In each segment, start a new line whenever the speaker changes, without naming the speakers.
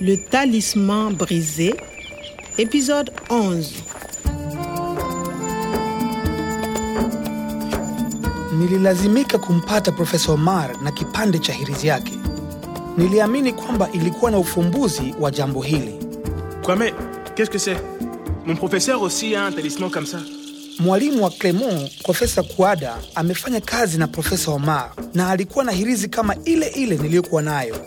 Le talisman brisé, épisode 11.
Nililazimika kumpata Profesa Omar na kipande cha hirizi yake. Niliamini kwamba ilikuwa na ufumbuzi wa jambo hili.
Kwame, qu'est-ce que c'est Mon professeur aussi a un talisman comme ça.
Mwalimu wa Clement, Profesa Kuada, amefanya kazi na Profesa Omar na alikuwa na hirizi kama ile ile niliyokuwa nayo.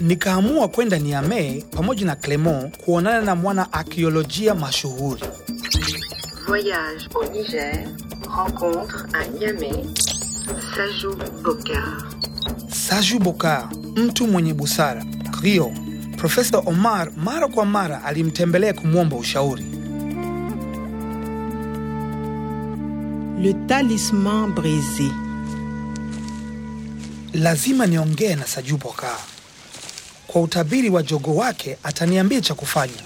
Nikaamua kwenda Niamey pamoja na Clement kuonana na mwana arkeolojia mashuhuri.
Voyage au Niger, rencontre à Niamey, Sajou Bokar.
Saju Bokar, mtu mwenye busara, Rio. Profesa Omar mara kwa mara alimtembelea kumwomba ushauri.
Le talisman brisé.
Lazima niongee na Saju Bokar. Kwa utabiri wa jogo wake ataniambia cha kufanya.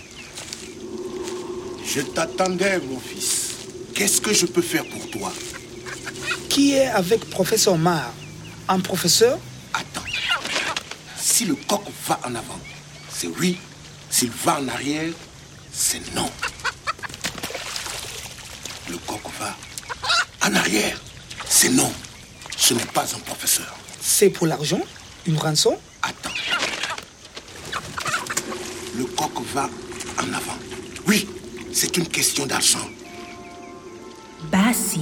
Je t'attendais, mon fils. Qu'est-ce que je peux faire pour toi
Qui est avec Professeur Omar Un professeur
Attends. Si le coq va en avant, c'est oui. S'il va en arrière, c'est non. Le coq va en arrière, c'est non. Ce n'est pas un professeur.
C'est pour l'argent Une rançon
Attends. Le coq va en avant. Oui, c'est une question d'argent.
Basi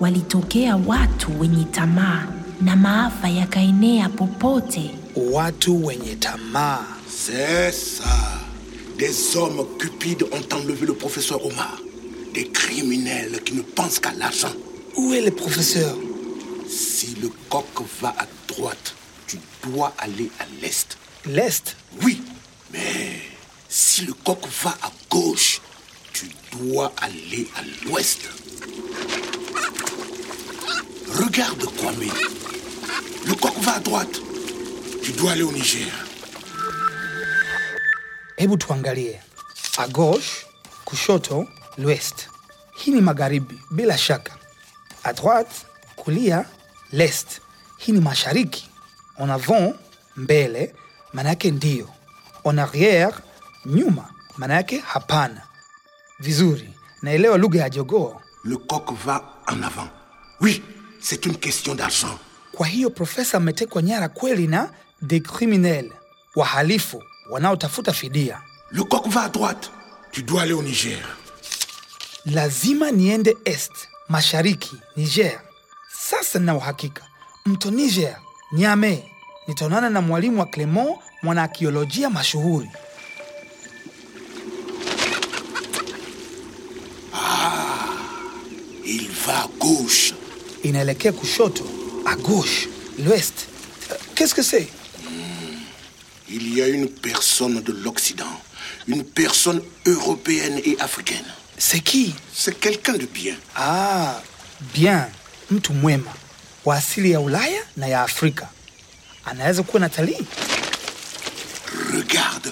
walitokea watu wenye tamaa na maafa yakaenea popote.
Watu wenye tamaa.
C'est ça. Des hommes cupides ont enlevé le professeur Omar. Des criminels qui ne pensent qu'à l'argent.
Où est le professeur
Si le coq va à droite, tu dois aller à l'est.
L'Est
Oui, mais si le coq va à gauche, tu dois aller à l'ouest. Regarde, Kwame. Le coq va à droite. Tu dois aller au Niger.
Hebu tuangalie. A gauche, kushoto, l'ouest. Hii ni magharibi bila shaka. A droite, kulia, l'est. Hii ni mashariki. En avant, mbele, maana yake ndio. En arrière, nyuma, maana yake hapana. Vizuri, naelewa lugha ya jogoo.
Le coq va en avant. Oui, c'est une question d'argent.
Kwa hiyo profesa ametekwa nyara kweli na des criminels, wahalifu wanaotafuta fidia.
Le coq va à droite. Tu dois aller au Niger.
lazima niende est mashariki niger sasa nina uhakika mto niger nyame nitaonana na mwalimu wa clement mwanaakiolojia mashuhuri
Il va à gauche.
inaelekea kushoto a gauche l'ouest Euh, qu'est-ce que c'est
Il y a une personne de l'Occident, une personne européenne et africaine.
c'est qui
C'est quelqu'un de bien.
ah bien mtu mwema wa asili ya ulaya na ya afrika anaweza kuwa na talii
Regarde.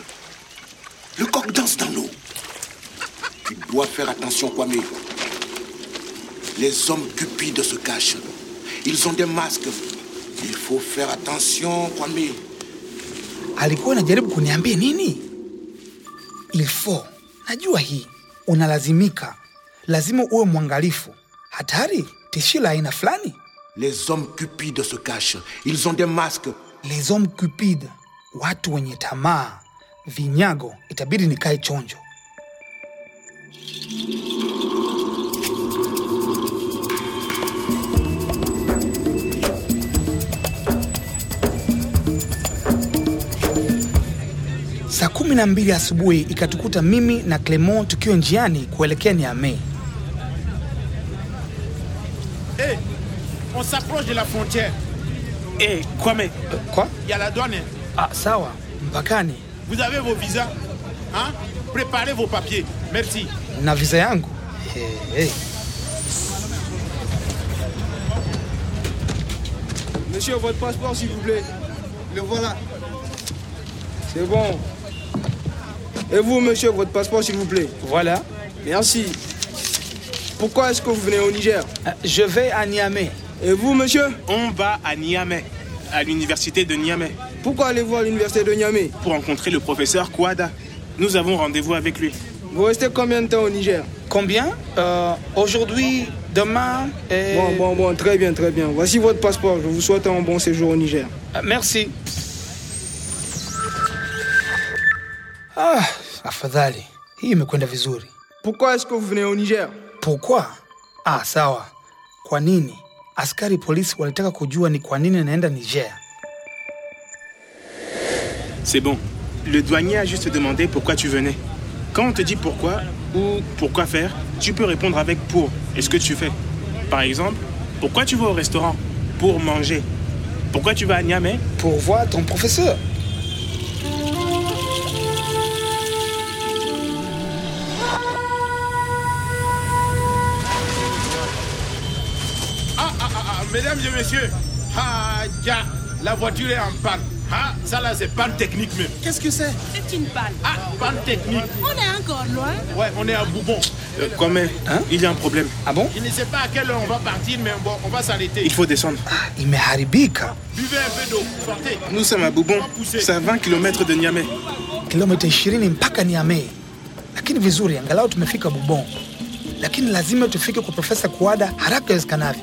Le coq danse dans l'eau. Tu dois faire attention, Kwame. Les hommes cupides se cachent. Ils ont des masques. Il faut faire attention, Kwame.
alikuwa anajaribu kuniambia nini ilfo najua hii unalazimika lazima uwe mwangalifu hatari tishio la aina fulani
Les hommes cupides se cachent. Ils ont des masques.
les hommes cupides watu wenye tamaa vinyago itabidi nikae chonjo saa kumi na mbili asubuhi ikatukuta mimi na clement tukiwa njiani kuelekea niamei
On s'approche de la frontière.
Hé, Kwame,
kwa
Il y a la douane. hein.
ah, sawa mpakani
Vous avez vos visas. Hein? Préparez vos papiers. Merci.
na visa yangu hey, hey.
Monsieur, votre passeport, s'il vous plaît. Le voilà. C'est bon. Et vous, monsieur, votre passeport, s'il vous plaît. Voilà. Merci. Pourquoi est-ce que vous venez au Niger
Ah, je vais à niamei
Et vous, monsieur
on va à Niamey. à l'université de Niamey
Pourquoi allez-vous à l'université de Niamey
pour rencontrer le professeur Kouada. Nous avons rendez-vous avec lui.
Vous restez combien de temps au Niger
Combien Euh, Aujourd'hui, demain et...
Bon, bon, bon, très bien, très bien. Voici votre passeport. Je vous souhaite un bon séjour au Niger.
Euh, Merci. Ah, afadhali. Hii imekwenda vizuri.
Pourquoi est-ce que vous venez au Niger
Pourquoi? Ah, sawa. Kwa nini? Askari polisi walitaka kujua ni kwa nini naenda Niger.
C'est bon. Le douanier a juste demandé pourquoi tu venais. Quand on te dit pourquoi ou pourquoi faire, tu peux répondre avec pour et ce que tu fais. Par exemple, pourquoi tu vas au restaurant Pour manger. Pourquoi tu vas à Niamey
Pour voir ton professeur.
Ah, ah, ah, ah, mesdames et messieurs, ah, ya, la voiture est en panne. Ah, ça là, c'est panne technique même.
Qu'est-ce que c'est C'est une panne.
Ah, panne technique.
On est encore loin.
Ouais, on est à Boubon.
Euh, Quand même, il y a un problème.
Ah bon?
Je ne sais pas à quelle heure on va partir, mais bon, on va s'arrêter.
Il faut descendre.
Ah, Imeharibika.
Buvez un peu d'eau, sortez.
Nous sommes à Boubon. C'est à 20 km de Niamey.
kilomita 20 mpaka Niamey. Lakini vizuri, angalau tumefika Bubon, lakini lazima tufike kwa Profesa Kuada haraka iwezekanavyo,